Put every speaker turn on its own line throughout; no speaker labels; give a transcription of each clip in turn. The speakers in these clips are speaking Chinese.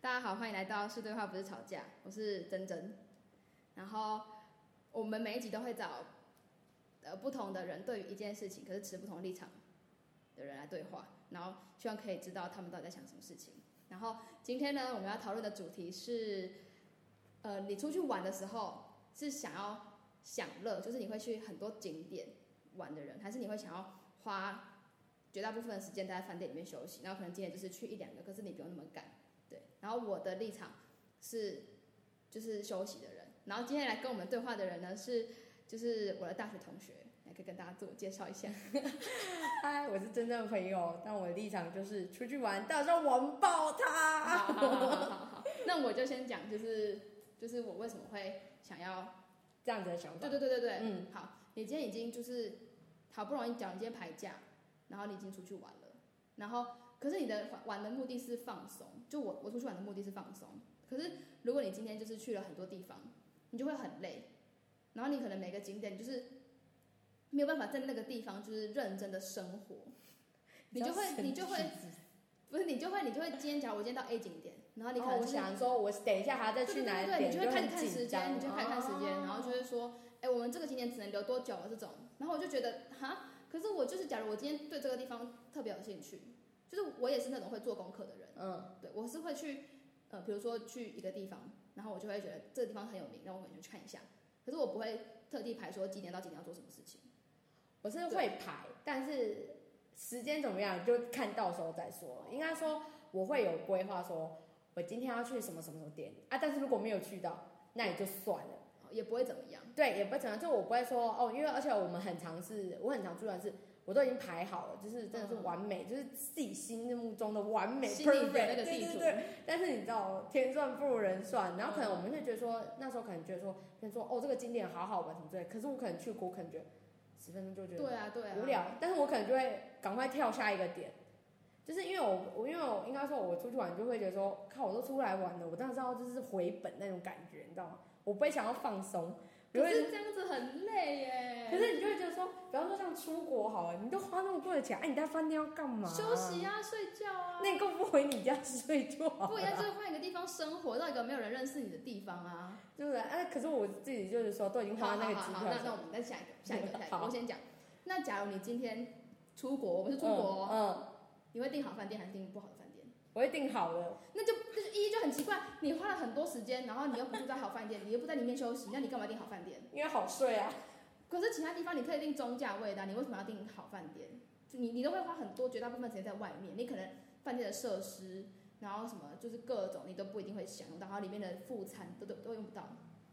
大家好，欢迎来到是对话不是吵架，我是珍珍。然后我们每一集都会找呃不同的人对于一件事情，可是持不同立场的人来对话，然后希望可以知道他们到底在想什么事情。然后今天呢，我们要讨论的主题是，呃，你出去玩的时候是想要享乐，就是你会去很多景点玩的人，还是你会想要花绝大部分的时间待在饭店里面休息？然后可能今天就是去一两个，可是你不用那么赶，对。然后我的立场是就是休息的人，然后今天来跟我们对话的人呢是就是我的大学同学，来可以跟大家自我介绍一下。
嗨，我是真正的朋友，但我的立场就是出去玩，到时候玩爆 他。
好好好好好， 那我就先讲，就是就是我为什么会想要
这样子的想法
对，对对对对，
嗯，
好，你今天已经就是好不容易讲，你今天排假，然后你已经出去玩了，然后可是你的玩的目的是放松，就我我出去玩的目的是放松，可是如果你今天就是去了很多地方，你就会很累，然后你可能每个景点就是没有办法在那个地方就是认真的生活，你就会你就会不是你就会你就会今天假如我今天到 A 景点，然后啊你
然
可能
后哦
就
我
是
想说，我等一下还要再去哪里，
对对对对，你就会开始
很
看时间，
紧张，哦
你就开始看时间，然后就会说，哎，我们这个景点只能留多久啊？这种，然后我就觉得，哈，可是我就是，假如我今天对这个地方特别有兴趣，就是我也是那种会做功课的人，
嗯，
对我是会去，呃，比如说去一个地方，然后我就会觉得这个地方很有名，那我可能就去看一下，可是我不会特地排说几点到几点要做什么事情。
我是会排，但是时间怎么样就看到时候再说。应该说我会有规划说，我今天要去什么什么什么点啊，但是如果没有去到，那也就算了。
哦也不会怎么样，
对，也不怎么样，就我不会说哦，因为而且我们很常是，我很常出来是，我都已经排好了，就是真的是完美，就是自己心目中的完美
心里
perfect
的那个
对
地图
对，对但是你知道，天算不如人算，然后可能我们会觉得说，那时候可能觉得说，可能说哦，这个景点好好玩什么之类，可是我可能去过，我可能觉得十分钟就觉得
对啊，对啊，
无聊，但是我可能就会赶快跳下一个点，就是因为我我因为我应该说，我出去玩就会觉得说，看我都出来玩了，我当然知道就是回本那种感觉，你知道吗？我不会想要放松，我
可
会
是这样子很累耶，
可是你就会觉得说，比方说像出国好了，你都花那么多的钱，哎、你在饭店要干嘛、
休息，啊，睡觉啊，
那你够不回你家睡啊就 好
不一样就
了。
是换一个地方生活，到一个没有人认识你的地方啊。
就是哎、可是我自己就是说，都已经
好
花那
好
个
好
机
好，那
票钱
那我们再下一 个，下一个，下一个，
好
我先讲。那假如你今天出国，我们是
嗯，
出国哦，
嗯，
你会订好饭店还是订不好的饭店？
我会订好了。
那就就是一就很奇怪，你花了很多时间，然后你又不住在好饭店，你又不在里面休息，那你干嘛订好饭店？
因为好睡啊，
可是其他地方你可以订中价位的啊、你为什么要订好饭店？就你你都会花很多绝大部分时间在外面，你可能饭店的设施，然后什么就是各种你都不一定会享用到，然后里面的副餐都都都用不到，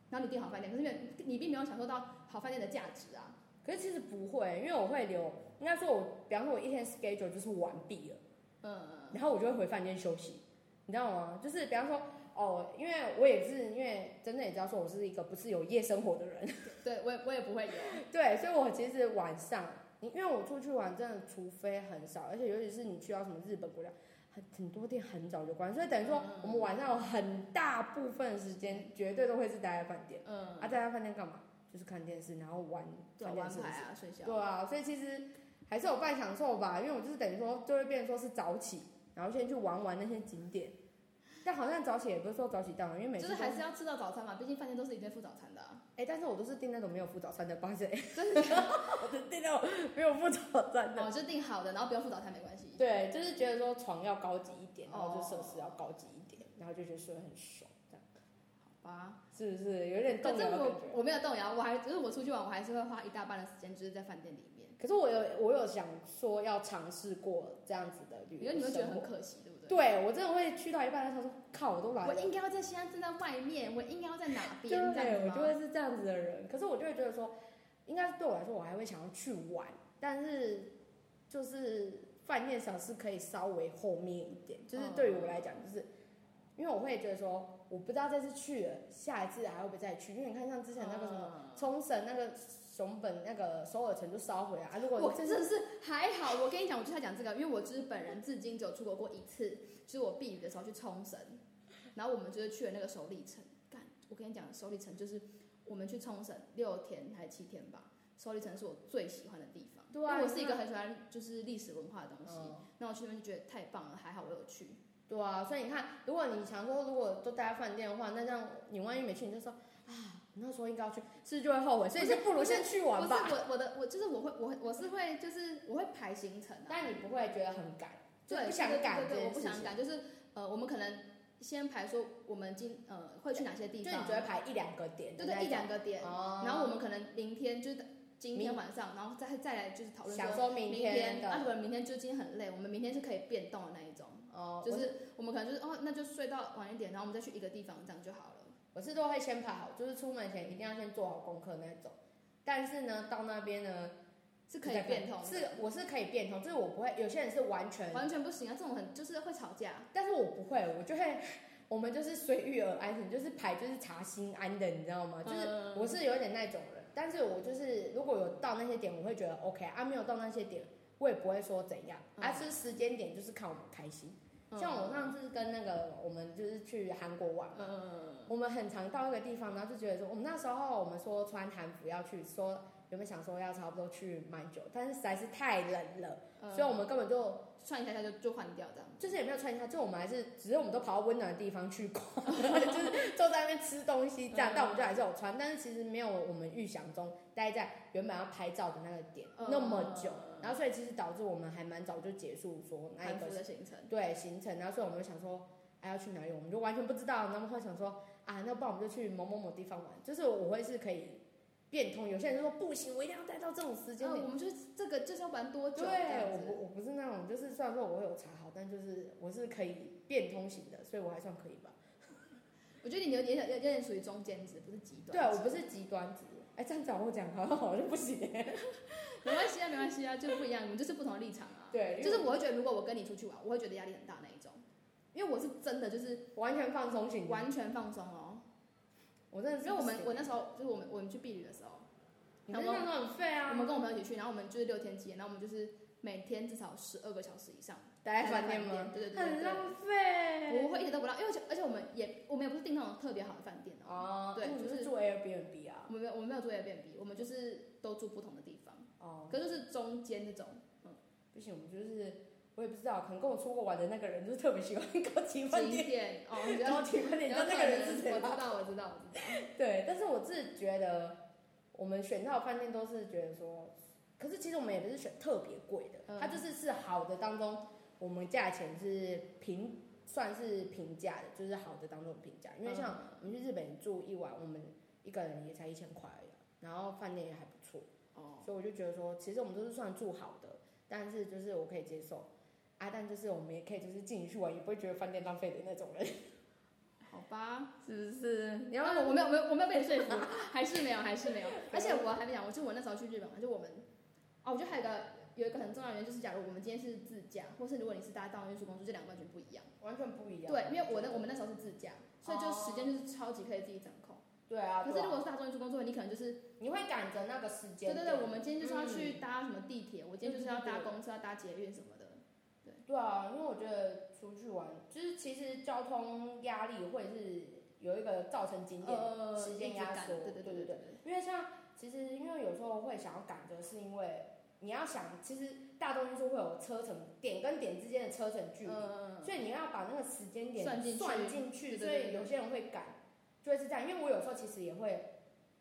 然后你订好饭店，可是你你并没有享受到好饭店的价值啊。
可是其实不会，因为我会留，应该说我，比方说我一天 schedule 就是完毕了，
嗯，
然后我就会回饭店休息，你知道吗？就是比方说，哦，因为我也是，因为真的也知道说我是一个不是有夜生活的人，
对我也我也不会有，
对，所以我其实晚上，你因为我出去玩真的，除非很少，而且尤其是你去到什么日本国家，很很多店很早就关，所以等于
嗯
说我们晚上有很大部分的时间绝对都会是待在饭店。
嗯，
啊，待在饭店干嘛？就是看电视，然后玩
对，
饭店
玩
是不
牌
是？
啊，睡觉，
对啊，所以其实还是有半享受吧，因为我就是等于说就会变成说是早起，然后先去玩玩那些景点。但好像早起也不是说早起到晚，因为每次
就
都
是还是要吃到早餐嘛，毕竟饭店都是一定会付早餐的、啊，
哎、但是我都是订那种没有付早餐的， 抱歉，
真的假的，
我都订那种没有付早餐的。
哦我就订好的，然后不用付早餐没关系。
对，就是觉得说床要高级一点，然后就
哦
设施要高级一点，然后就觉得睡得很爽，这样
好吧，
是不是有点动
反
摇
正
的感
我
觉？
我没有动摇，我还就是我出去玩，我还是会花一大半的时间就是在饭店里面，
可是我有我有想说要尝试过这样子的旅
因为
游
你会觉得
生
很
活，
可惜，对不对？啊
对我真的会去到一半，他说靠，我都来
我
了，
应该要在西安，正在外面，我应该要在哪边？这样
对，啊
子
我
吗
就会是这样子的人。可是我就会觉得说，应该对我来说，我还会想要去玩，但是就是饭店小吃可以稍微后面一点，就是
嗯
对于我来讲，就是因为我会觉得说，我不知道这次去了，下一次还会不会再去？因为你看像之前那个什么
嗯
冲绳那个熊本那个首尔城就烧毁啊，啊如果
我
这
真
次
的是还好，我跟你讲，我就在讲这个，因为我就是本人至今只有出国过一次，就是我避雨的时候去冲绳，然后我们就是去了那个首里城。干，我跟你讲，首里城就是我们去冲绳六天还是七天吧，首里城是我最喜欢的地方，
对啊
因为我
你
是一个
看
很喜欢就是历史文化的东西，
嗯
那我去那边就觉得太棒了，还好我有去。
对啊，所以你看，如果你想说如果都待在饭店的话，那这样你万一没去，你就说啊，你那时候应该要去，是不是就会后悔？所以
不是
就不如
不是
先去
不
玩
是
吧。
我我的我就是我会我会我是会就是我会排行程啊，
但你不会觉得很赶，就
对
不想
对对
赶
对
这
对，我
件
不
事
想
情。
赶，就是呃，我们可能先排说我们今呃会去哪些地
就
方，
你只会排一两个点的
对
那种，
对一两个点，
哦，
然后我们可能明天就是今天
明
晚上，然后再再来就是讨论
想
说
说
明
明
天，啊
的
那如果明天就今天很累，我们明天是可以变动的那一种，
哦，
就
我
是我们可能就是哦，那就睡到晚一点，然后我们再去一个地方，这样就好了。
我是都会先排好，就是出门前一定要先做好功课那种。但是呢，到那边呢
是可以变通的，
是我是可以变通，就是我不会，有些人是完全，
完全不行啊！这种很就是会吵架，
但是我不会，我就会， 我们就是随遇而安，你就是排就是查心安的，你知道吗？就是
嗯
我是有点那种人，但是我就是如果有到那些点，我会觉得 OK 啊，没有到那些点，我也不会说怎样，
嗯
啊，是时间点就是看我们开心。
嗯
像我上次跟那个我们就是去韩国玩嘛，
嗯
我们很常到一个地方，然后就觉得说，我们那时候我们说穿韩服要去，说原本想说要差不多去买酒，但是实在是太冷了，
嗯，
所以我们根本就
算一下下就就换掉这样。
就是也没有穿一下，就我们还是只是我们都跑到温暖的地方去逛， 就是坐在那边吃东西这样
嗯，
但我们就还是有穿，但是其实没有我们预想中待在原本要拍照的那个点
嗯
那么久，然后所以其实导致我们还蛮早就结束说那一
韩
个
服的行程，
对行程，然后所以我们就想说，哎、要去哪里，我们就完全不知道，然后会想说啊，那不然我们就去某某某地方玩，就是我会是可以变通，有些人就说不行，我一定要待到这种时间
嗯，
点。
我们就是这个就是要玩多久这
对，
样
我
子。
不我不是那种，就是虽然说我会有查好，但就是我是可以变通型的，所以我还算可以吧。
我觉得你有点有点有点属于中间值，不是极端值。
对啊我不是极端值，哎，这样讲我讲好像好像不 行。
没关系啊，没关系啊，就是不一样，我们就是不同的立场啊。
对，
就
就是是
我会觉得，如果我跟你出去玩，我会觉得压力很大那一种，因为我是真的就是
完全放松型，
完全放松哦。
我真的
因
是
为我们
不行
我那时候就是我们我们去避旅的时候，
你真的那种很废啊，
我们跟我朋友一起去，然后我们就是六天七夜，然后我们就是每天至少十二个小时以上
待在饭店吗？？
对对对对
很
对。
浪费。
不会一点都不浪，因为而且而且我们也我们也不是订那种特别好的饭店哦，
哦，
对
那你
就是
住 Airbnb 啊。
我们没有我们没有住 Airbnb，我们就是都住不同的地方，
哦，
可是就是中间这种
不行，我们就是我也不知道，可能跟我出过玩的那个人就是特别喜欢高级饭
景
店，
点哦，你知道
高级饭店，你知道那个人是谁啊
我知
吗？
道我知道我知道，
对，但是我自己觉得，我们选到的饭店都是觉得说，可是其实我们也不是选特别贵的，
嗯
它就是是好的当中，我们价钱是平，算是平价的，就是好的当中平价。因为像
嗯
我们去日本住一晚，我们一个人也才一千块而已啊，然后饭店也还不错，
哦，
所以我就觉得说，其实我们都是算住好的，但是就是我可以接受。啊，但就是我们也可以就是进去玩，也不会觉得饭店浪费的那种人，
好吧。
是不是？你
然后我我没有我没有我没有被你说服，还是没有还是 没有。而且我还没讲，我就我那时候去日本嘛，就我们哦，我觉得还有一个有一个很重要的原因就是，假如我们今天是自驾，或是如果你是搭道运输工具，这两个完全不一样。
完全不一样。
对，因为我那我们那时候是自驾，所以就时间就是超级可以自己掌控。
对啊，
可
对
是如
啊
果是搭中运输工作，你可能就是
你会赶着那个时
对
间点。嗯
对对，我们今天就是要去搭什么地铁，我今天就是要搭
对对对
公车，要搭捷运什么的。
对啊，因为我觉得出去玩，就是其实交通压力会是有一个造成景点，
呃
时间压缩
对对
对
对
对
对。
因为像其实因为有时候会想要赶着，是因为你要想，其实大众运输会有车程点跟点之间的车程距离，
嗯，
所以你要把那个时间点
算进去
进
对对
去所
对对
以有些人会赶，就会是这样。因为我有时候其实也会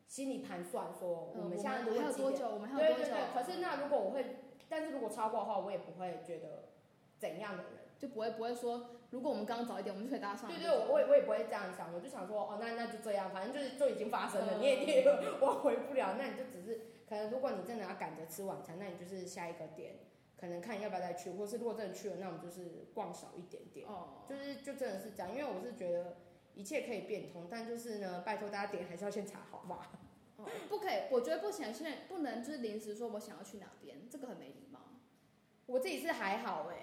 心里盘算说，我们现在如
嗯还
果
有
几
多
点
呃久？我啊们还有
对
多
对
久
对，？可是那如果我会，但是如果超过的话，我也不会觉得怎样的人。
就不会不会说，如果我们刚刚早一点，我们就可以搭上。
对对，我我也我也不会这样想，我就想说，哦，那那就这样，反正就是就已经发生了，
嗯
你也你也挽回不了，那你就只是可能，如果你真的要赶着吃晚餐，那你就是下一个点，可能看要不要再去，或是如果真的去了，那我们就是逛少一点点，
哦，
就是就真的是这样，因为我是觉得一切可以变通，但就是呢，拜托大家点还是要先查好吧。
哦，不可以，我觉得不行，现在不能就是临时说我想要去哪边，这个很没礼貌。
我自己是还好哎、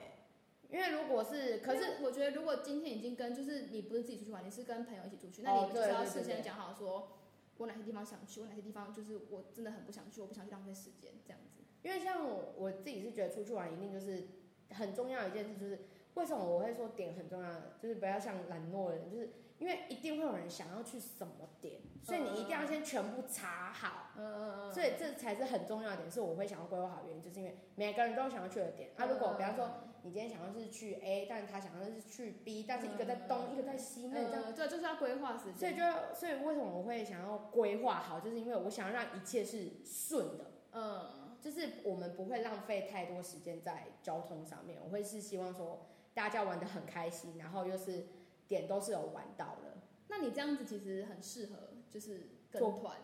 因为如果是可
因
是
为我觉得，如果今天已经跟就是你不是自己出去玩，你是跟朋友一起出去，那
哦
你就是要
对对对
事先
对
讲好说，我哪些地方想去，我哪些地方就是我真的很不想去，我不想去浪费时间这样子。
因为像我我自己是觉得出去玩一定就是很重要的一件事，就是为什么我会说点很重要，就是不要像懒惰的人，就是因为一定会有人想要去什么点，所以你一定要先全部查好。
嗯嗯嗯。
啊所以这才是很重要的点，是我会想要规划好的原因，就是因为每个人都有想要去的点。那、如果比方说，你今天想要是去 A，但他想要是去 B，但是一个在
嗯
东，一个在西，那这样。
嗯，对，就是要规划时
所以
间。
就，所以为什么我会想要规划好，就是因为我想要让一切是顺的，
嗯，
就是我们不会浪费太多时间在交通上面。我会是希望说大家玩的很开心，然后又是点都是有玩到的。
那你这样子其实很适合，就是跟
做
团。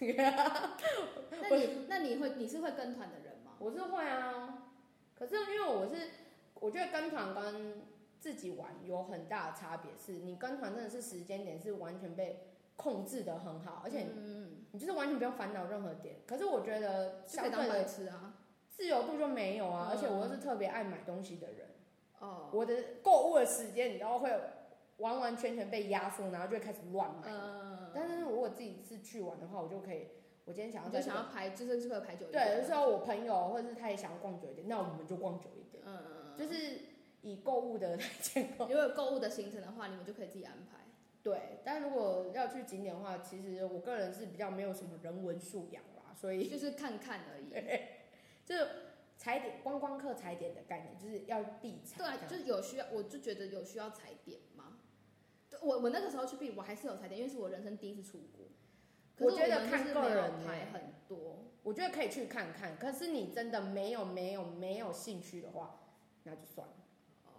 那 你那你会你是会跟团的人吗？
我是会啊，可是因为我是，我觉得跟团跟自己玩有很大的差别，是你跟团真的是时间点是完全被控制的很好，而且你
嗯，
你就是完全不用烦恼任何点。可是我觉
就
得
可以
相
当
对
白
的
痴啊。
自由度就没有啊，
嗯
而且我又是特别爱买东西的人，
哦，
我的购物的时间你知道会完完全全被压缩，然后就会开始乱买。
嗯，
但是如果自己是去玩的话，我就可以，我今天想要
你
在
就
这
想
个
要排，就是就会排久一
对，有
点。啊
时候我朋友或者是他也想要逛久一点，那我们就逛久一点。
嗯嗯，嗯
就是以购物的来建构。
如果有购物的行程的话，你们就可以自己安排。
对，但如果要去景点的话，其实我个人是比较没有什么人文素养啦，所以
就是看看而已。
就是踩点观光客踩点的概念，就是要必踩这
对啊
样。，
就是有需要，我就觉得有需要踩点吗？对我我那个时候去避，我还是有踩点，因为是我人生第一次出国。可是
我觉得
们就是
看个
没有
人
排
欸
很多，
我觉得可以去看看，可是你真的没有没有没有兴趣的话，那就算了。
呃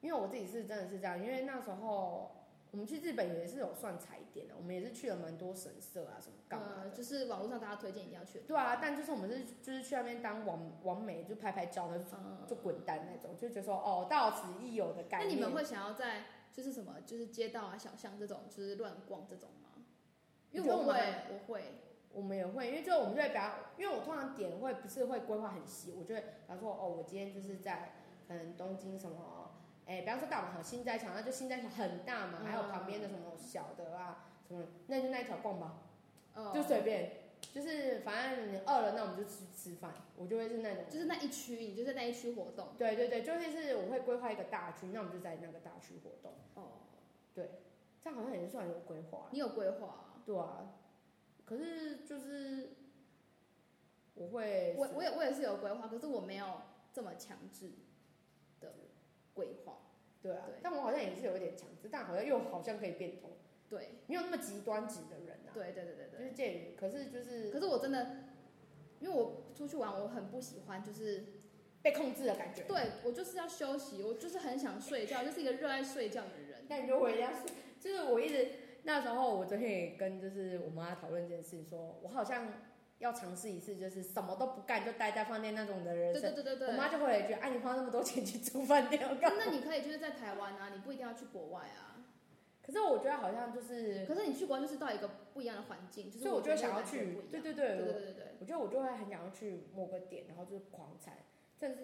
因为我自己是真的是这样，因为那时候我们去日本也是有算踩点的，我们也是去了蛮多神社啊什么干嘛的
呃，就是网络上大家推荐一定要去的。
对啊，但就是我们是就是去那边当王王美，就拍拍照，然后就
嗯，
就滚蛋那种，就觉得说哦，到此一游的
那
概念。
你们会想要在就是什么，就是街道啊、小巷这种，就是乱逛这种吗？因为
我觉
我
得
会我会，
我们，我们也会，因为就我们就会比较，因为我通常点会不是会规划很细，我就会比方说哦，我今天就是在可能东京什么，哎，比方说大阪好新斋桥，那就新斋桥很大嘛，还有
嗯
旁边的什么小的啊什么，那就那一条逛吧，
呃，
就随便，就是反正你饿了，那我们就去吃饭，我就会是那种。
就是那一区，你就是那一区活动。
对对对，就是是我会规划一个大区，那我们就在那个大区活动，
哦，
这样好像也算有规划。
你有规划啊？
对啊，可是就是我会
我我也我也是有规划，可是我没有这么强制的规划。
对啊
对
但我好像也是有一点强制，但好像又好像可以变通，
对
没有那么极端值的人啊，
对对对对
就
对。
是介于，可是就是
可是我真的，因为我出去玩，我很不喜欢，就是
被控制的感觉。
对我就是要休息，我就是很想睡 觉，就是一个热爱睡觉的人。
但你就回家睡，就是我一直那时候我昨天也跟就是我妈讨论这件事情说我好像要尝试一次，就是什么都不干就待在饭店那种的人
对
生。
对对对
我
对。
妈就回来一句：“哎、你花那么多钱去住饭店我干嘛
那你可以就是在台湾啊，你不一定要去国外啊。？”
可是我觉得好像就是，
可是你去国外就是到一个不一样的环境，就是
所以我
我
就会想要
觉得完全
去
不，一
对
样
对对，
对对
我
对对对。
我觉得我就会很想要去某个点，然后就是狂踩，甚至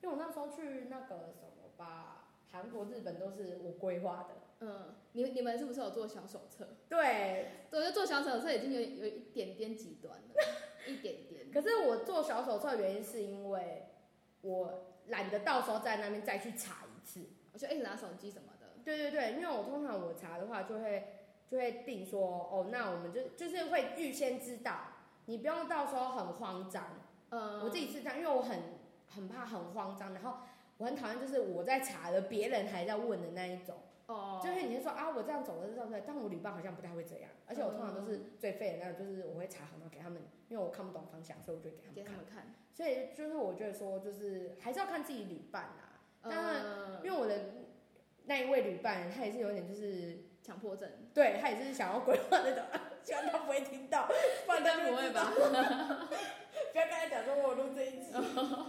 因为我那时候去那个什么吧，韩国、日本都是我规划的。
嗯，你你们是不是有做小手册？
对，
对，我觉得做小手册已经有有一点点极端了，一点点。
可是我做小手册的原因是因为我懒得到时候在那边再去查一次。
我就一直拿手机什么 的。
对对对，因为我通常我查的话就会就会定说，哦，那我们就就是会预先知道，你不用到时候很慌张。
嗯，
我自己是这样，因为我很很怕很慌张，然后我很讨厌就是我在查了，别人还在问的那一种。
哦，
就是你会说啊，我这样走的是对不对？但我旅伴好像不太会这样，而且我通常都是
嗯
最废的那种，就是我会查好，然后给他们，因为我看不懂方向，所以我就给他
给
们
他
看。
们看。
所以就是我觉得说，就是还是要看自己旅伴啦， 当然
嗯
因为我的那一位旅伴他也是有点就是，
强迫症。
对他也是想要规划那种， 希望他不会听到，不然他就
不会吧？
知道？不要跟他讲说我有录这一集，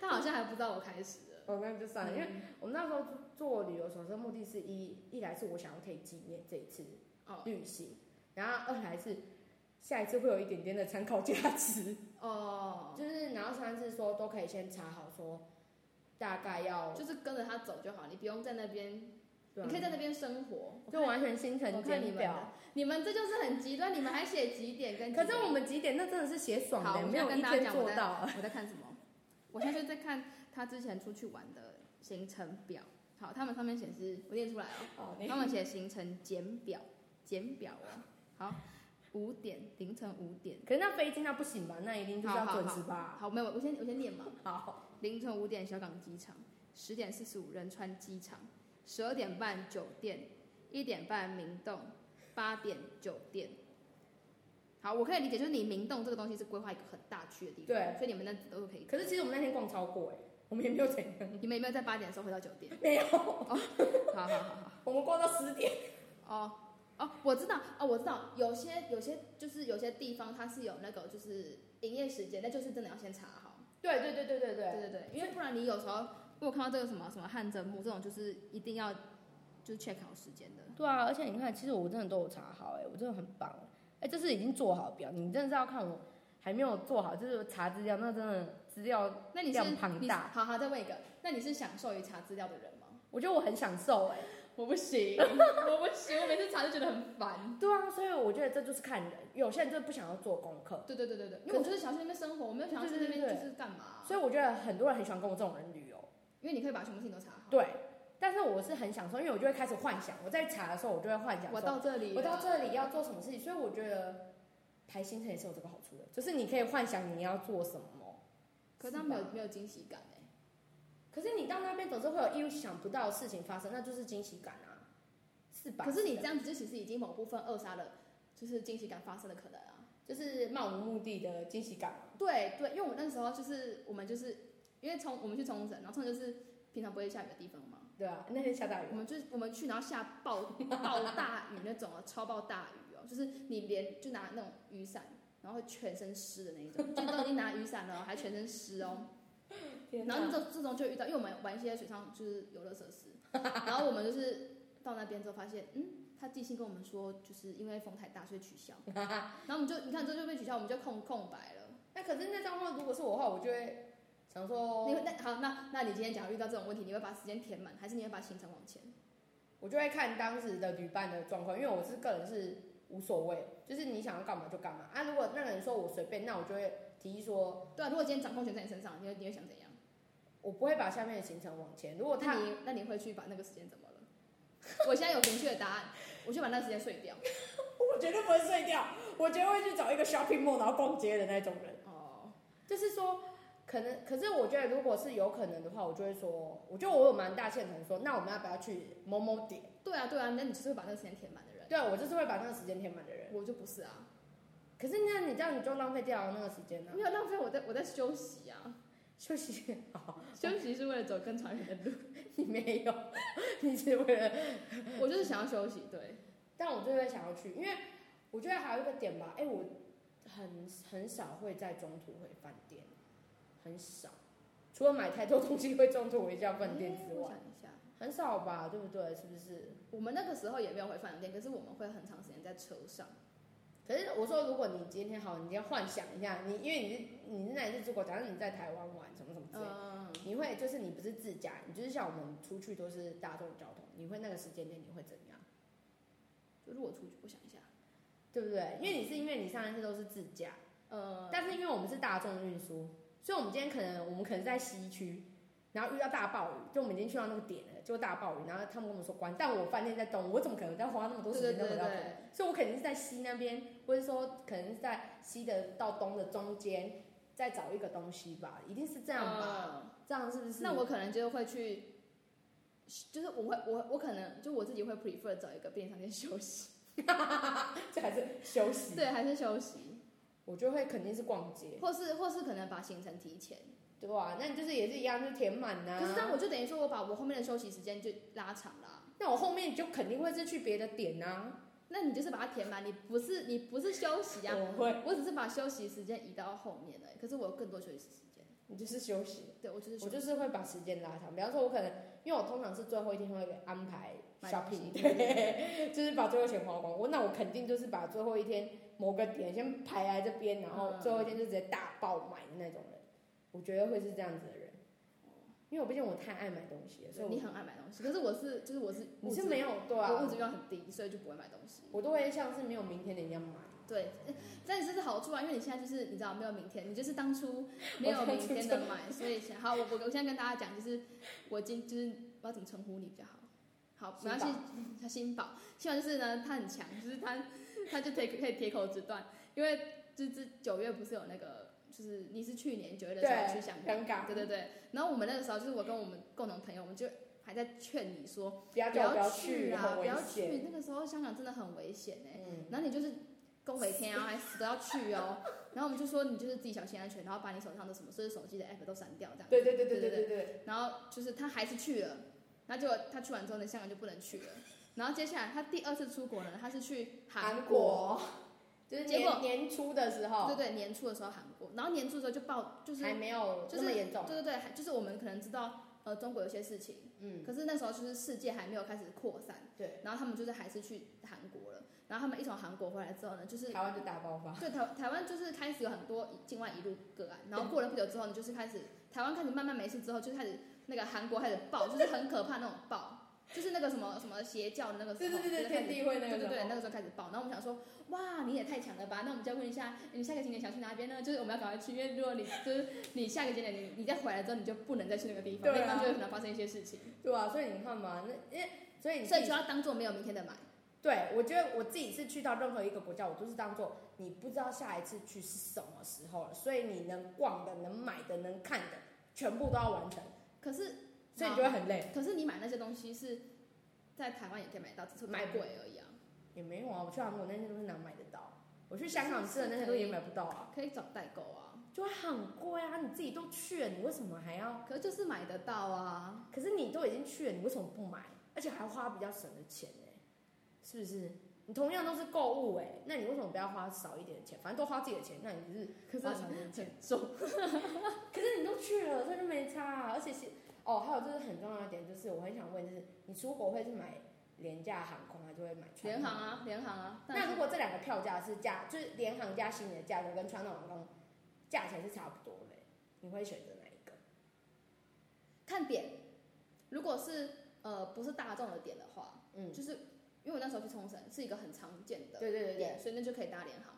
他好像还不知道我开始 了。
哦，那就算了，因为
嗯
我们那时候做旅游手册，目的是一一来是我想要可以纪念这一次
哦
旅行，然后二来是下一次会有一点点的参考价值，
哦，
就是然后三是说都可以先查好说大概要，
哦就是跟着他走就好，你不用在那边，
对啊
你可以在那边生活。
就完全心
我
疼
看你
减
们
表
的。，你们这就是很极端，你们还写几点跟几
可
点？
是我们几点那真的是写爽
好我
的，没有
现在跟
一
大家
天
讲我
做
在
到。
我在看什么？我现在就在看他之前出去玩的行程表。好，他们上面显示，我念出来 哦，
哦，
他们写行程简表，简表哦。好，五点，凌晨五点。
可是那飞机那不行吧？那一定就是要准时吧？
好，没有，我先我先念嘛。
好，
凌晨五点，小港机场，十点四十五仁川机场，十二点半酒店，一点半明洞，八点酒店。好，我可以理解，就是你明洞这个东西是规划一个很大区的地方，
对
所以你们那都可以。
可是其实我们那天逛超过哎、我们也没有怎样，
你们有没有在八点的时候回到酒店？
没有，
好好好好。
我们逛到十点。
哦哦，我知道哦，我知道，有些有些就是有些地方它是有那个就是营业时间，那就是真的要先查好。
对对对对对对
对对对，因为不然你有时候我有看到这个什么什么汗蒸木这种，就是一定要就是 check 好时间的。
对啊，而且你看，其实我真的都有查好、哎，我真的很棒，哎、这是已经做好表，你真的是要看我还没有做好，就是查资料，那真的资料，
那你是
量庞
你
大
好好再问一个，那你是享受于查资料的人吗？
我觉得我很享受、哎，
我不 行，我不行，我每次查就觉得很烦。
对啊，所以我觉得这就是看人，有些人就不想要做功课，
对对对对对，因为我就是想去那边生活，我没有想要去那边
对对对对
就是干嘛，
所以我觉得很多人很喜欢跟我这种人旅游，
因为你可以把全部事情都查好。
对，但是我是很享受，因为我就会开始幻想，我在查的时候，我就会幻想
我
说
到这里了，
我到这里要做什么事情，所以我觉得排行程也是有这个好处的，就是你可以幻想你要做什么。
可是他没
是
有没有惊喜感哎、
可是你到那边总是会有意料想不到的事情发生，那就是惊喜感啊，是吧？
可是你这
样
样子就其实已经某部分扼杀了，就是惊喜感发生的可能啊。
就是漫无目的的惊喜感嘛。
对对，因为我那时候就是我们就是因为冲我们去冲绳，然后冲绳就是平常不会下雨的地方嘛，
对啊，那天下大雨
我，们就是我们去然后下暴暴大雨那种啊，超暴大雨哦，就是你连就拿那种雨伞，然后全身湿的那一种，就都已经拿雨伞了，还全身湿哦。
天
然后
哪
这这种就遇到，因为我们玩一些水上就是游乐设施， 然后我们就是到那边之后发现，嗯，他寄信跟我们说，就是因为风太大，所以取消。然后我们就你看这就被取消，我们就空空白了。
那可是那张话如果是我的话，我就会想
你
说，
会那好，那那你今天假如遇到这种问题，你会把时间填满，还是你会把行程往前？
我就会看当时的旅伴的状况，因为我是个人是无所谓，就是你想要干嘛就干嘛啊。如果那个人说我随便，那我就会提议说，
对啊，如果今天掌控权在你身上，你会你会想怎样？
我不会把下面的行程往前。如果他
那你那你会去把那个时间怎么了？我现在有明确的答案，我去把那个时间睡掉。
我绝对不会睡掉，我绝对会去找一个 shopping mall 然后逛街的那种人。
哦，
就是说，可能可是我觉得如果是有可能的话，我就会说，我觉得我有蛮大现成说，那我们要不要去某某点？
对啊对啊，那你就是会把那个时间填满的人，
对啊我就是会把那个时间填满的人。
我就不是啊，
可是那你这样你就浪费掉那个时间了、啊
没有浪费我在我在休息啊。
休息好，
休息是为了走更长远的路，
你没有， 你只是为了，
我就是想要休息。对，
但我就会想要去，因为我觉得还有一个点吧，哎、我很很少会在中途回饭店，很少，除了买太多东西会中途回家饭店之
诶哎我
外
想，一下，
很少吧，对不对？是不是？
我们那个时候也没有回饭店，可是我们会很长时间在车上。
可是我说，如果你今天好，你今天幻想一下，你因为你是你是那一次出国，假如你在台湾玩什么什么之类的，
嗯，
你会就是你不是自驾，你就是像我们出去都是大众交通，你会那个时间点你会怎样，
就如果出去，我想一下，
对不对？因为你是因为你上一次都是自驾，
呃，
但是因为我们是大众运输，所以我们今天可能我们可能在西区，然后遇到大暴雨，就我们已经去到那个点了，就大暴雨，然后他们跟我们说关，但我饭店在东，我怎么可能再花那么多
对
时
对
间再
对
回到东？
对，
所以我肯定是在西那边，或者说可能是在西的到东的中间再找一个东西吧，一定是这
这
样吧？这样是不
嗯呃
是？
那我可能就会去。就是我会我我可能就我自己会 prefer 找一个便利商店休息，
这还是休息，
对，还是休息，
我就会肯定是逛街，
或是或是可能把行程提前。
对吧、那你就是也是一样，就填满啊呐、
可是这样我就等于说我把我后面的休息时间就拉长啊啦、
那我后面就肯定会是去别的点啊呐、
那你就是把它填满，你不是你不是休息啊，
我会，
我只是把休息时间移到后面了，可是我有更多休息时间。
你就是休息。
对，我就是
我
休息
就是会把时间拉长，比方说，我可能因为我通常是最后一天会安排
买东西
shopping，对，就是把最后钱花光。我那我肯定就是把最后一天某个点先排来这边，然后
嗯
最后一天就直接大爆买的那种人。我觉得会是这样子的人，因为我毕竟我太爱买东西了，所
对
以我
你很爱买东西，可是我是就是我是
你是没
有、
有对
我物
啊
质，欲望很低，所以就不会买东西。
我都会像是没有明天的一样买。
对， 呃但是这是好处啊，因为你现在就是你知道没有明天，你就是当初没
我
有
当
明
初
天的买，所以想好我我我现在跟大家讲，就是我今就是我要怎么称呼你比较好。好，没关系，他新宝，新宝就是呢，他很强，就是他他就可以可以铁口直断，因为就是九月不是有那个就是你是去年九月的时候
对
去香港，
香港
对对对。然后我们那个时候就是我跟我们共同朋友，我们就还在劝你说
不要
不
叫我不要
去啊，
很
不
危
要去，
险。
那个时候香港真的很危险哎、
嗯，
然后你就是恭维天啊，还死都要去 哦。然后我们就说你就是自己小心安全，然后把你手上的什么就是手机的 app 都删掉这样。
对对对
对
对对
对
对对，
然后就是他还是去了，那就他去完之后呢，香港就不能去了。然后接下来他第二次出国呢，他是去韩
韩国就是
结果
年年初的时
对
候
对对，年初的时候韩国，然后年初的时候就报就是
还没有
就是
那么严重，
对对对，还就是我们可能知道呃中国有些事情，
嗯，
可是那时候就是世界还没有开始扩散，
对，
然后他们就是还是去韩国了，然后他们一从韩国回来之后呢，就是
台湾就大爆发，
对台台湾就是开始有很多境外移入个案，然后过了不久之后呢，就是开始台湾开始慢慢没事之后，就开始那个韩国开始爆，就是很可怕那种爆，就是那个什么什么邪教的那个时
对
候，
对对对，
就是开
天
始
地会那
对
个
对对，
时
那
候，
个时候开始爆，然后我们想说，哇，你也太强了吧！那我们就要问一下，你下个景点想去哪边呢？就是我们要赶快去，因为如果你就是你下个景点你你再回来之后，你就不能再去那个地方，
对
那
啊
地方就有可能发生一些事情，
对啊，所以你看嘛，那因为所以你
所
自
以
己
就要当做没有明天的买。
对，我觉得我自己是去到任何一个国家，我都是当做你不知道下一次去是什么时候了，所以你能逛的、能买的、能看的，全部都要完成，
可是，
所以你就会很累。
可是你买那些东西是在台湾也可以买到，只是买贵而已啊，
也没有啊，我去韩国那些都是哪买得到？我去香港吃的那些都也买不到啊，
可以找代购啊，
就会很贵啊！你自己都去了，你为什么还要？
可是就是买得到啊。
可是你都已经去了，你为什么不买？而且还花比较省的钱呢、是不是？你同样都是购物哎、那你为什么不要花少一点的钱？反正都花自己的钱，那你就是
可是
花少一点的钱。
很重，
可是你都去了，所以就没差、啊。而且是哦，还有就是很重要的点，就是我很想问，就是你出国会是买廉价航空，还是会买传
联
统
航？啊，联航啊。当然
那如果这两个票价是价，就是联航加新的价格跟传统航空价钱是差不多的，你会选择哪一个？
看点，如果是呃不是大众的点的话，
嗯，
就是因为我那时候去冲绳是一个很常见的
对对对
点，
对，
所以那就可以搭联航。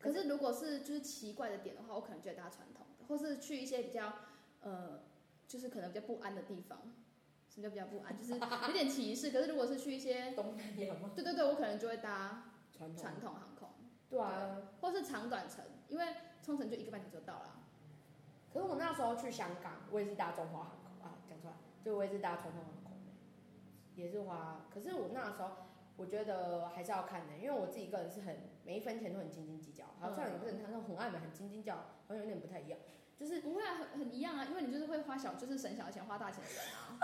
可是如果是就是奇怪的点的话，我可能就会搭传统的，或是去一些比较呃就是可能比较不安的地方。什么叫比较不安？就是有点歧视。可是如果是去一些，
东南亚吗？
对对对，我可能就会搭
传统
传统航空，
对啊。
或是长短程，因为冲绳就一个半小时就到了。啊
可是我那时候去香港，我也是搭中华航空啊，讲出来，就我也是搭传统航空的，也是花。可是我那时候我觉得还是要看的，因为我自己个人是很每一分钱都很斤斤计较，好像有个人他说很爱买，很斤斤计较，好像有点不太一样。就是
不会啊，很很一样啊，因为你就是会花小，就是省小钱花大钱的人啊，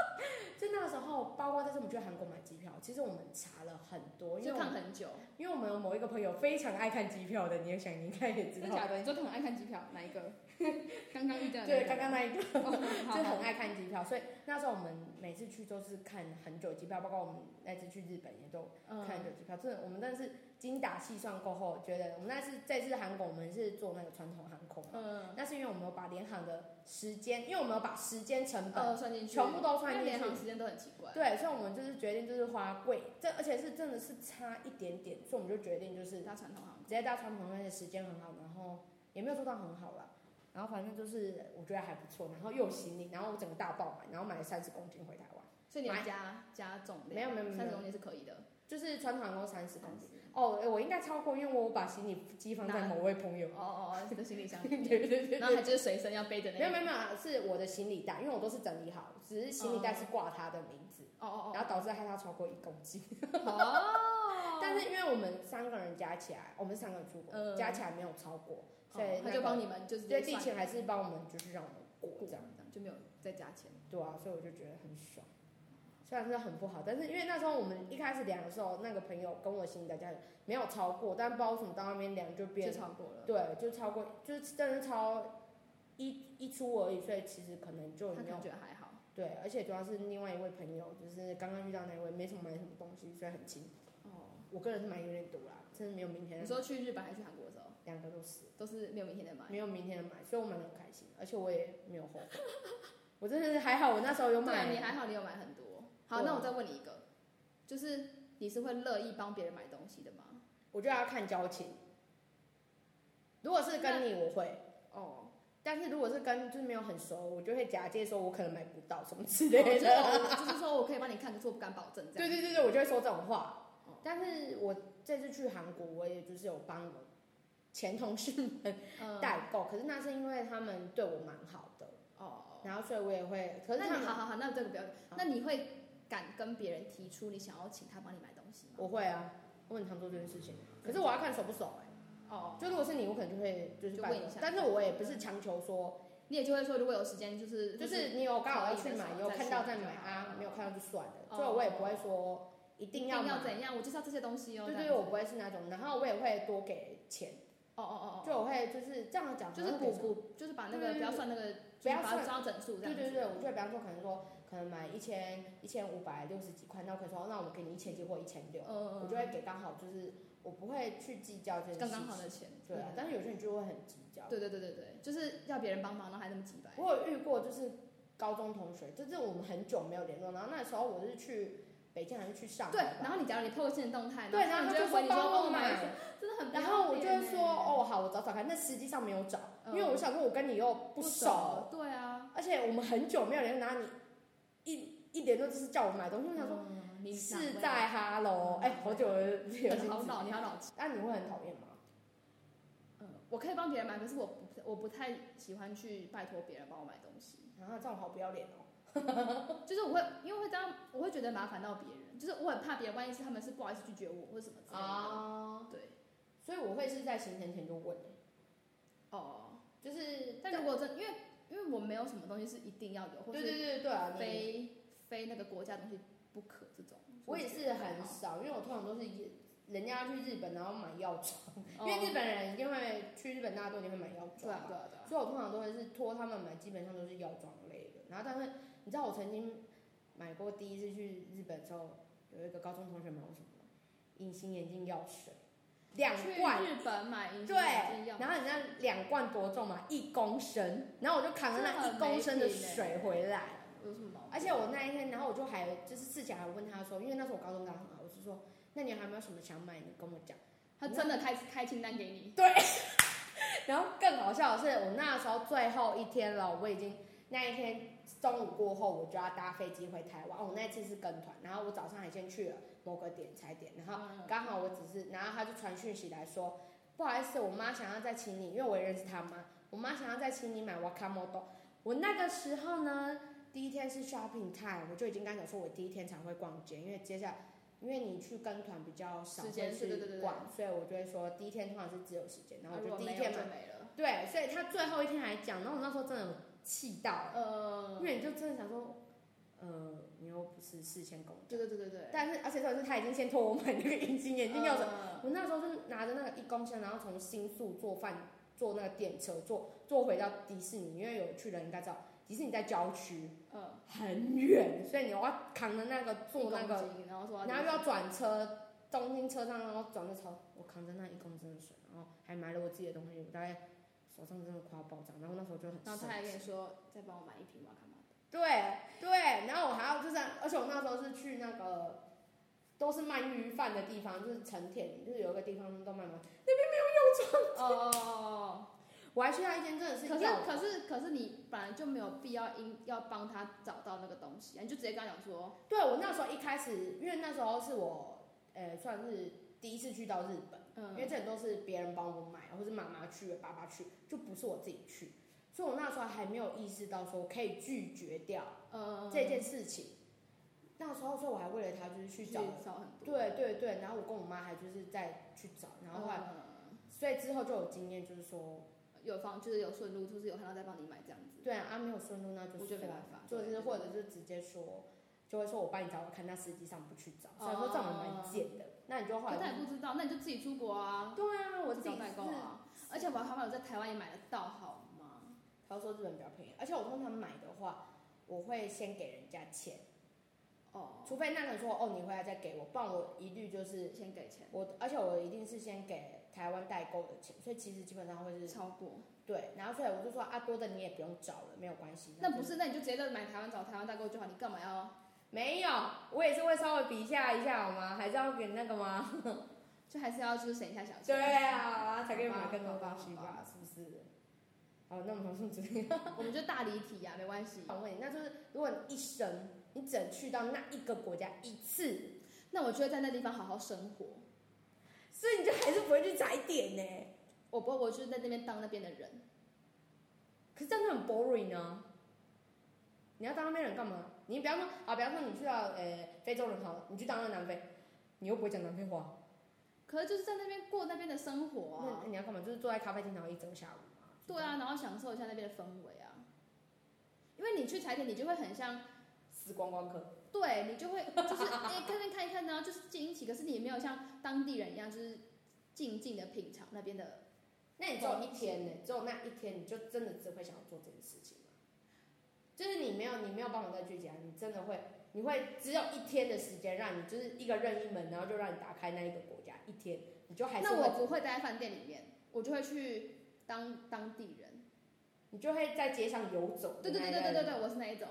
就那时候，哦包括这次我们去韩国买机票，其实我们查了很哦多，因为
就
我
看
们
很久。
因为我们有某一个朋友非常爱看机票的，你也想你应该也知
真
道
假，的？你说他很爱看机票，哪一个？刚刚遇到的那
对，
个
刚刚那一个就
哦 好
很
好
爱看机票，所以那时候我们每次去都是看很久的机票，包括我们那次去日本也都看很
嗯，
久的机票，真的，我们真的是精打细算过后，觉得我们那次这次韩国我们是坐那个传统航空嘛，
嗯，
那是因为我们有把联航的时间，因为我们有把时间成本
呃，算进去，
全部都算
因为
进
联
去
航，时间都很奇怪。
对，所以我们就是决定就是花贵，这而且是真的是差一点点，所以我们就决定就是直
搭传统航空，
接搭传统，而且时间很好，然后也没有做到很好啦，然后反正就是我觉得还不错，然后又有行李，然后我整个大爆买，然后买了三十公斤回台湾，
所以你要加加重量，
没有没有没有
三十公斤是可以的。
就是传统航空三十公斤。
斤。
哦，诶我应该超过，因为我把行李机放在
哪
某位朋友
哦。哦哦，这个行李箱里
对
面，
对对对
然后还就是随身要背着那
没有
个。
没有没有，是我的行李袋，因为我都是整理好，只是行李袋是挂他的名字，
哦哦
然后导致害他超过一公斤。
哦哦，
但是因为我们三个人加起来，我们三个人出国、
嗯
加起来没有超过，所以、
哦他就帮，你们就是
所以
直接
地
算
勤还是帮我们，就是让我们过
过
这样，
这样就没有再加钱。
对啊，所以我就觉得很爽。虽然是很不好，但是因为那时候我们一开始量的时候，那个朋友跟我行李的家人没有超过，但不知道为什么到那边量就
就
变，
超过了，
对，就超过，就是真的超一一出而已，所以其实可能就
他可
没有
能觉得还好。
对，而且主要是另外一位朋友，就是刚刚遇到那一位，没什么买什么东西，所以很轻。
哦，
我个人是买有点多啦，真的没有明天
你
的买，
说去日本还是去韩国的时候，
两个都是
都是没有明天的买。
没有明天的买，所以我买的很开心，而且我也没有后悔。 我真的是还好，我那时候有
对，啊
买，
你还好，你有买很多。好，
对啊
那我再问你一个，就是你是会乐意帮别人买东西的吗？
我就要看交情。如果是跟你，我会；
哦，
但是如果是跟就是没有很熟，我就会假借说我可能买不到什么之
哦就是
类的。
我就是说我可以帮你看，可是我不敢保证这
对
样。
对对对，我就会说这种话
哦。
但是我这次去韩国，我也就是有帮我前同事们
嗯，
代购，可是那是因为他们对我蛮好的，
哦，
然后所以我也会，可是
那
他
你好好
们
好，那这个不要。那你会敢跟别人提出你想要请他帮你买东西吗？
我会啊，我很常做这件事情，可是我要看熟不熟哎、
哦，
就如果是你，我可能就会就是
就
拜
问
托
一下
但是我也不是强求说
你也就会说，如果有时间，就是
就是你有刚好要去
可
买，
以的
你
时
有
候
看到再
再去
买
买
啊，没有看到就算了。
哦
所以我也不会说一
一
定
定
要买
要，怎样，我就是要这些东西哦。
对
这
对，
样
我
子
不会是那种，然后我也会多给钱，
哦哦哦
就
哦，
我会就是这样讲，
就是
好像
补
给什么
补，就是把那
哦对
个
对
不要算那个，
不要
就是把它
算
抓整数这
对
样子。
对对，我就比方说可能说可能买一千一千五百六十几块，那我可以说哦那我给你一千几或一千六
嗯，嗯，
我
嗯
就会给刚好，就是我不会去计较这件事
刚
情。
刚好的钱。
对啊
嗯，
但是有些人就会很计较。
对对对对对，就是要别人帮忙，然后还那么几百。
我有遇过，就是高中同学，就是我们很久没有联络，然后那时候我是去北京还是去上海
对
吧，
然后你假如你破个现动态，
对，
然
然
后
后
他
就
就会回
说
你说
帮
哦
我
买
买
了，， 真的很不要
然
脸欸。
后我就会说哦好，我找找看，但实际上没有找，因为我想说我跟你又不
嗯不
熟，，
对啊，
而且我们很久没有联络，然后你一一联络就是叫我买东西，我想说
嗯你哪
是
位
在哈喽，哎，好久了，有
你
心
嗯好
机
老，你好老气。
那你会很讨厌吗？
嗯，我可以帮别人买，可是我不我不太喜欢去拜托别人帮我买东西，
啊，这样我好不要脸哦，
就是我会因为会这样，我会觉得麻烦到别人，就是我很怕别人，万一是他们是不好意思拒绝我或者什么之类的。
啊，
对，
所以我会是在行程前就问，
哦，
就是
但如果真因为因为我没有什么东西是一定要有，或
对对
是
对对啊，你
非非那个国家东西不可这种。
我也是很
所
少，因为我通常都是人家去日本然后买药妆，
以
因
我觉得还
为日
好，
本人一定会去日本，大家都一定会买药
哦哦对啊
妆
对
嘛，
啊对啊，
所以我通常都会是托他们买，基本上都是药妆类的。然后但是你知道我曾经买过第一次去日本的时候，有一个高中同学买我什么吗隐形眼镜药水，两罐。
去日本买一
对，然后你知道两罐多重吗？一公升，然后我就扛着那
这
一
很
公
没
升的
品欸
水回来，
有什么毛病？
而且我那一天，然后我就还就是事前还问他说，因为那时候我高中刚好，我就说，那你还有没有什么想买，你跟我讲。
他真的开开清单给你，
然后更搞笑的是，我那时候最后一天了，我已经那一天中午过后，我就要搭飞机回台湾。我那一次是跟团，然后我早上还先去了某个点踩点，然后
嗯
刚好我只是，然后他就传讯息来说，不好意思，我妈想要再请你，因为我也认识他妈，我妈想要再请你买 wakamoto。我那个时候呢，第一天是 shopping time，我就已经跟他讲说，我第一天才会逛街，因为接下来。因为你去跟团比较少
时
会
间对对对
去
对
逛，所以我就会说第一天通常是只有时间，然后
啊如
我就
果
第一
没有
天买
就没了。
对，所以他最后一天还讲，然后我那时候真的有气到、欸，
呃
因，为你就真的想说，呃，你又不是事先跟我
对对对对对，
但是而且重点是他已经先托我买那个隐形眼镜药水，
呃
我那时候就是拿着那个一公升，然后从新宿坐饭坐那个电车坐坐回到迪士尼，因为有去人应该知道，迪士尼在郊区
呃，
很远，所以你要扛着那个坐
一
那个
公斤，然后说要
然后又要转车，东京车上然后转个头，我扛着那一公升的水，然后还买了我自己的东西，我大概手上真的快要爆炸，然后那时候就很
然后他
生
还跟你
气。
说再帮我买一瓶瓦卡玛的，
对对，然后我还要就是，而且我那时候是去那个都是卖鱼饭的地方，就是成田，就是有一个地方都卖嘛，
哦，
我还去他一间真的是
可是
药，
可是可是你本来就没有必要因要帮他找到那个东西啊，你就直接跟他讲说，
对我那时候一开始，因为那时候是我呃算是第一次去到日本。因为
嗯，
这里都是别人帮我买，或是妈妈去、爸爸去，就不是我自己去，所以我那时候还没有意识到说可以拒绝掉
呃，
这件事情。那时候，所以我还为了他就是去
去
找，
少很多，
对对对，然后我跟我妈还就是再去找，然后后来，
嗯
所以之后就有经验，就是说，
有方就是有顺路，就是有看到再帮你买这样子，
对啊，啊没有顺路那就
我觉
算
得没办
了，
法，
就是
对
或者是直接说，就会说我帮你找，我看他实际上不去找，虽然说这种人蛮贱的，那你就后
哦可
来
是他也
就，
不知道，那你就自己出国啊，
对啊，我自己
找代购
是
啊，而且瓦卡玛有在台湾也买得到好吗？
他说日本比较便宜，而且我通常买的话，我会先给人家钱，
哦，
除非那个人说哦你回来再给我，不然我一律就是
先给钱，
我，而且我一定是先给台湾代购的钱，所以其实基本上会是
超过，
对，然后所以我就说啊多的你也不用找了，没有关系。
那
就
不是，那你就直接在买台湾找台湾代购就好，你干嘛要？
没有，我也是会稍微比价一下好吗？还是要给那个 吗？
就还是要就是省一下小
对
钱。
啊，才可以买更多东西
好吧好
吧
吧，
是不是？好，那我们好像只能
我们就大离题啊，没关系。
访问你，那就是如果你一生你只能去到那一个国家一次，
那我就会在那地方好好生活。
所以你就还是不会去踩点呢、
我不，我就是在那边当那边的人，
可是这样就很 boring 啊！你要当那边人干嘛？你比方说啊，比方说你去到呃非洲人好了，你去当那个南非，你又不会讲南非话，
可是就是在那边过那边的生活
那
啊
那，你要干嘛？就是坐在咖啡厅然后一整个下午嘛。
对啊，然后享受一下那边的氛围啊。因为你去踩点，你就会很像，
死光光客，
对你就会就是哎、看看看一看呢、就是惊奇，可是你也没有像当地人一样，就是静静的品尝那边的。
那你只有一天呢、只有那一天，你就真的只会想要做这件事情吗？就是你没有，你没有办法再聚集啊！你真的会，你会只有一天的时间，让你就是一个任意门，然后就让你打开那一个国家一天，你就还是
那我
会，
不会待在饭店里面，我就会去当当地人。
你就会在街上游走。
对对对对对对，对，我是那一种。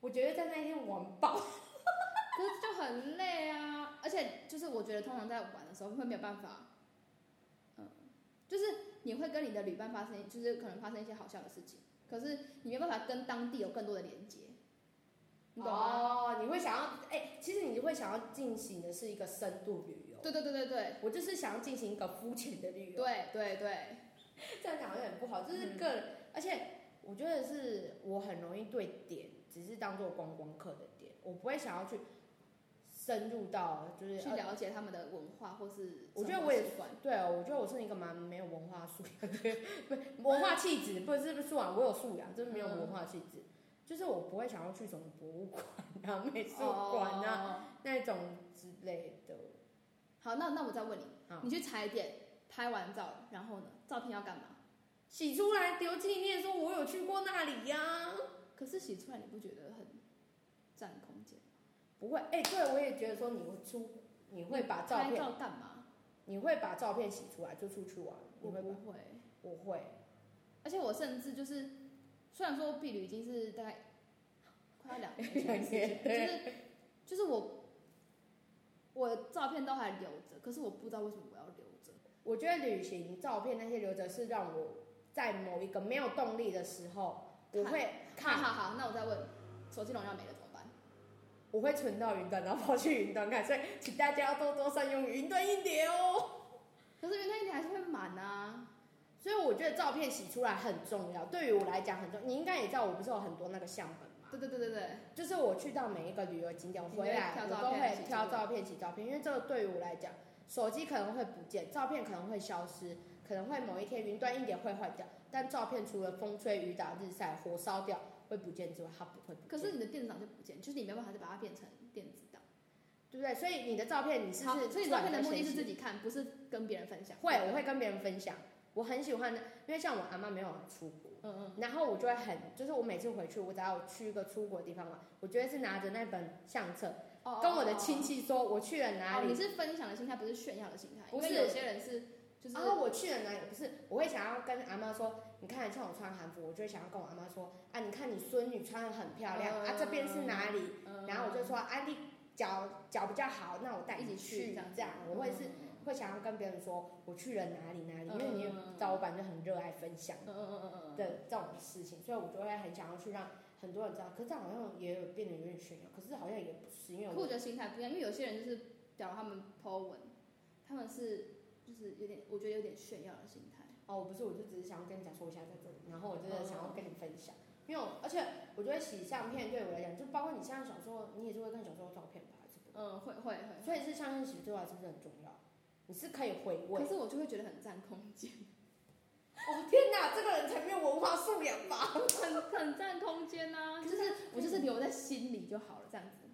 我觉得在那一天玩爆。
可是就很累啊，而且就是我觉得通常在玩的时候会没有办法，嗯，就是你会跟你的旅伴发生，就是可能发生一些好笑的事情，可是你没办法跟当地有更多的连接，你懂吗？
哦，你会想要哎、其实你会想要进行的是一个深度旅游。
对对对对对
我就是想要进行一个肤浅的旅游。，
对对对，
这样讲好像很不好，就是个人，而且我觉得是我很容易对点，只是当做观光客的点，我不会想要去深入到就是。
去
呃
了解他们的文化或是
我觉
生
得
活
我也
习惯
对哦，我觉得我是一个蛮没有文化素养的， 不是文化气质，不是不是素养，我有素养，就是没有文化气质。就是我不会想要去什么博物馆啊、 美术馆啊、
哦
那种之类的。
好，那那我再问你
好，
你去踩点拍完照，然后呢，照片要干嘛？
洗出来留纪念，说我有去过那里呀、
可是洗出来你不觉得很占空间？
不会，哎、对我也觉得说你会出，你会把照
拍
片，
照干嘛？
你会把照片洗出来就出去玩，你
我
会
不
吧？
会。
我会，
而且我甚至就是，虽然说避旅已经是大概快要两年前的事情，
两年对
就是就是我我的照片都还留着，可是我不知道为什么我要留着。
我觉得旅行照片那些留着是让我在某一个没有动力的时候，我会
好
看，
好好，那我再问，手机容量没了怎么办？
我会存到云端，然后跑去云端看，所以请大家要多多善用云端硬碟哦。
可是云端你还是会满啊。
所以我觉得照片洗出来很重要，对于我来讲很重要。你应该也知道，我不是有很多那个相本吗？
对对对对对，
就是我去到每一个旅游景点我回来，
你会挑
我
照片
都
洗
会
照
挑
片
照片、洗照片，因为这个对于我来讲，手机可能会不见，照片可能会消失，可能会某一天云端硬碟会坏掉，但照片除了风吹雨打、日晒、火烧掉会不见之外，它不会不见。
可是你的电子档就不见，就是你没办法再把它变成电子档。
对不对？所以你的照片，你是不
好
是
所以照片的目
转
的
而
是
先洗
自己看，不是跟别人分享。
会，我会跟别人分享。我很喜欢的，因为像我阿妈没有出国，
嗯嗯，
然后我就会很，就是我每次回去，我只要去一个出国的地方玩，我就会是拿着那本相册，
哦
跟我的亲
戚。
戚说我去了哪
哦，
里
你，是分享的心态，不是炫耀的心态。
不
因为
是
有些人是就是、
然后哦我去了哪里？不是，我会想要跟阿妈说，你看，像我穿韩服，我就会想要跟我阿妈说，啊，你看你孙女穿的很漂亮，啊，这边是哪里？
嗯
然后我就说，啊，你脚脚比较好，那我带
一
你
起去
这
这
样
样，子啊
我会是会想要跟别人说我去了哪里哪里，因为你也
嗯
知道我本来就很热爱分享
嗯嗯嗯嗯嗯，
的这种事情，所以我就会很想要去让很多人知道。可是这样好像也有变得有点炫耀，可是好像也不是，因为
可我
我
觉得心态不一样，因为有些人就是，假如他们 Po 文，他们是就是有点，我觉得有点炫耀的心态。
哦，我不是，我就只是想要跟你讲说我现在在这里，然后我
哦
真的想要跟你分享，因为我而且我觉得洗相片对我来讲，就包括你现在小时候，你也是会看小时候照片吧，还是不会？
嗯，会会会。
所以是相片洗出来是不是很重要？你是可以回味。
可是我就会觉得很占空间，
哦天哪，这个人才没有文化素养吧？
很很占空间啊呐、就
可
是是我就是留在心里就好了，这样子。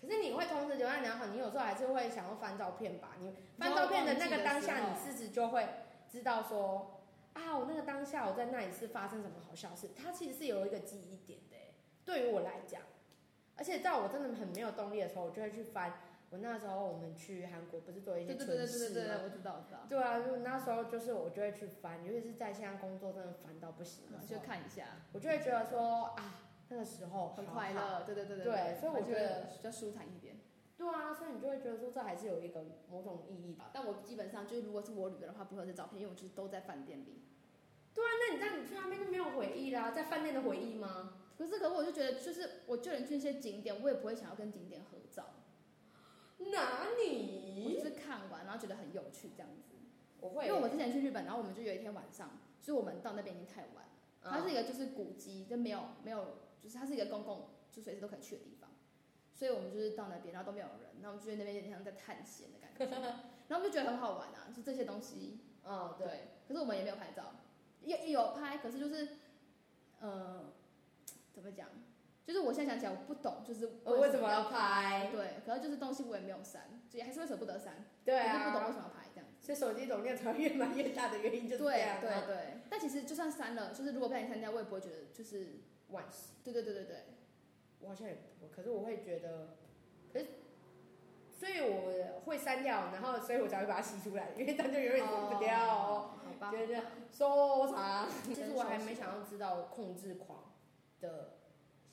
可是你会同时留在良好，你有时候还是会想要翻照片吧？你翻照片的那个当下，
然后忘
你
记
是不是就会知道说啊，我那个当下我在那里是发生什么好笑事？它其实是有一个记忆点的欸，对于我来讲。而且在我真的很没有动力的时候，我就会去翻。我那时候我们去韩国不是做一
对
些
对对
蠢
对对
事
对，
吗？
我知道我知道。
对啊，就那时候就是我就会去翻，尤其是在现在工作真的烦到不行的
嗯
时
就
候，
看一下，
我就会觉得说啊，那个时候
很
好
快
好
乐，对对对对
对所以我
就
觉得
会比较舒坦一点。
对啊，所以你就会觉得说这还是有一个某种意义吧。啊
但我基本上就是，如果是我旅游的话，不会有这照片，因为我就是都在饭店里。
那你这样你去那边就没有回忆啦，在饭店的回忆吗？
可是，可我就觉得，就是我就连去那些景点，我也不会想要跟景点合照，
哪
我就
里？
是看完然后觉得很有趣这样子。
我
因
会，
为我们之前去日本，然后我们就有一天晚上，所以我们到那边已经太晚了。它是
嗯
一个就是古迹，就没有没有，就是它是一个公共，就随时都可以去的地方。所以我们就是到那边，然后都没有人，然后我们就觉得那边有点像在探险的 感觉，然后我们就觉得很好玩啊，就这些东西。
嗯对，
对，可是我们也没有拍照，也有拍，可是就是，呃，怎么讲？就是我现在想起来，我不懂，就是
呃为什么要
拍
拍？
对，可是就是东西我也没有删，所以还是会舍不得删，
对
可是不懂为
啊，
什么要拍这样子。
所以手机容量才会越买越大的原因就是这样
对
啊。
对对，但其实就算删了，就是如果不小心删掉，我也不会觉得就是，
惋惜，
对对对对对，
我好像也不会，可是我会觉得，可是，所以我会删掉，然后所以我才会把它洗出来，因为它就永远洗 不掉
哦，
哦。
好吧，
觉得收藏。其
真
实我还
收
没
藏
想要知道控制狂的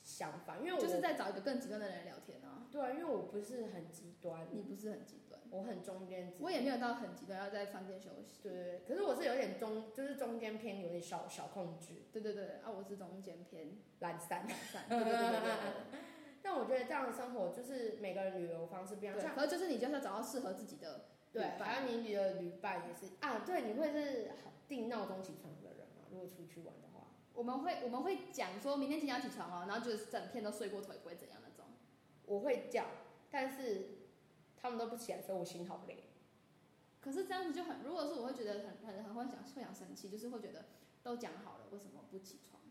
想法，因为我
就是在找一个更极端的人聊天啊。
对啊，因为我不是很极端，
你不是很极端，
我很中间值。
我也没有到很极端，要在房间休息。
对对，对可是我是有点中，就是中间偏有点小小控制，
对对对，啊，我是中间偏
懒散。
懒散，对对对对对对。
但我觉得这样的生活就是每个人旅游方式不一样，
对，
像
可是就是你就是要找到适合自己的旅
对，
伴
还有你的旅伴也是啊，对，你会是定闹钟起床的人吗？如果出去玩的话，
我们会我们会讲说明天几点要起床哦，然后就是整天都睡过头也不会怎样那种。
我会叫，但是他们都不起来，所以我心好累。
可是这样子就很，如果是我会觉得很很很会想会想生气，就是会觉得都讲好了，为什么不起床？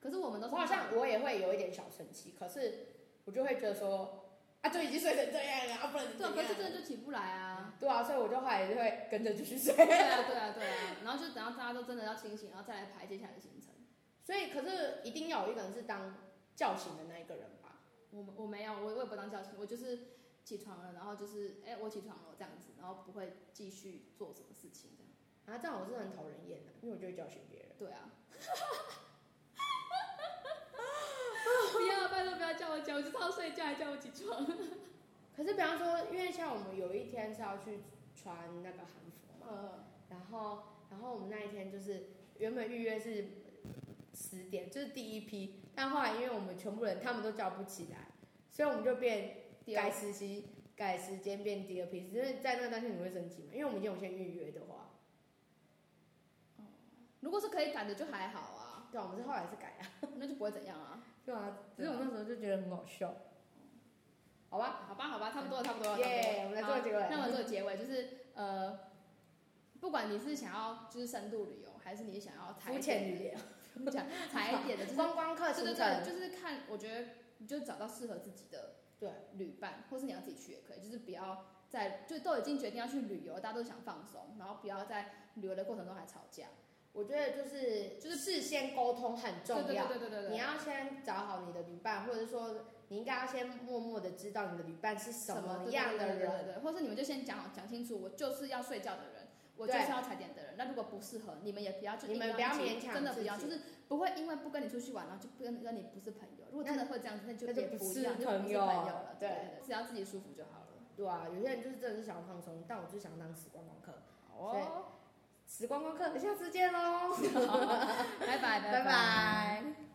可是我们都是
我好像我也会有一点小生气，可是我就会觉得说，啊，就已经睡成这样了，啊，不能
对啊，可是
这
真的就起不来 啊。
对啊，所以我就后来就会跟着继续睡。
对啊，对啊，对啊。然后就等到大家都真的要清醒，然后再来排接下来的行程。
所以，可是一定要有一个人是当叫醒的那一个人吧？
我们我没有，我我也不当教训，我就是起床了，然后就是哎、我起床了这样子，然后不会继续做什么事情这样。
啊，这样我是很讨人厌的，因为我就会叫醒别人。
对 啊。不要，拜托不要叫我起，我就是要睡觉，还叫我起床。
可是，比方说，因为像我们有一天是要去穿那个韩服嘛，
嗯，
然后，然后我们那一天就是原本预约是十点，就是第一批，但后来因为我们全部人他们都叫不起来，所以我们就变
第二
改时期、改时间变第二批，只是在那个当天你会生气吗？因为我们已经有先预约的话，
如果是可以改的就还好啊，
对啊，我们是后来是改啊，
那就不会怎样啊。
对啊，
只是我
那时候就觉得很好笑，好吧，嗯
好吧，好吧，差不多了，差
啊
不多了。
耶，我们来做结尾，
那我们做结尾就是呃，不管你是想要就是深度旅游，还是你想要踩
肤 浅旅游，
游，讲踩一点的，就是
观光客
对
行
对对，
程，
就是看，我觉得你就找到适合自己的
对
旅伴，或是你要自己去也可以，就是不要在就都已经决定要去旅游，大家都想放松，然后不要在旅游的过程中还吵架。
我觉得就是就是事先沟通很
对
重
对对
要，
对对对对，
你要先找好你的旅伴，或者说你应该要先默默的知道你的旅伴是什么样的
对对
人，
对对对，或是你们就先讲好讲清楚，我就是要睡觉的人。我就是要踩点的人，那如果不适合，你们也不要就
你们
硬
不要
要一起
勉强
真的
自
不要，
己
就是不会因为不跟你出去玩，然后就不跟跟你不是朋友。如果真的会这样子，那就
那就
也
不
不
是
要，就不
朋
是
友
朋友了。
对
对，对只要自己舒服就好了。
对啊，有些人就是真的是想要放松，但我就想当时观光客，
好哦，
哦时光光客，下次见喽。
拜拜
拜拜。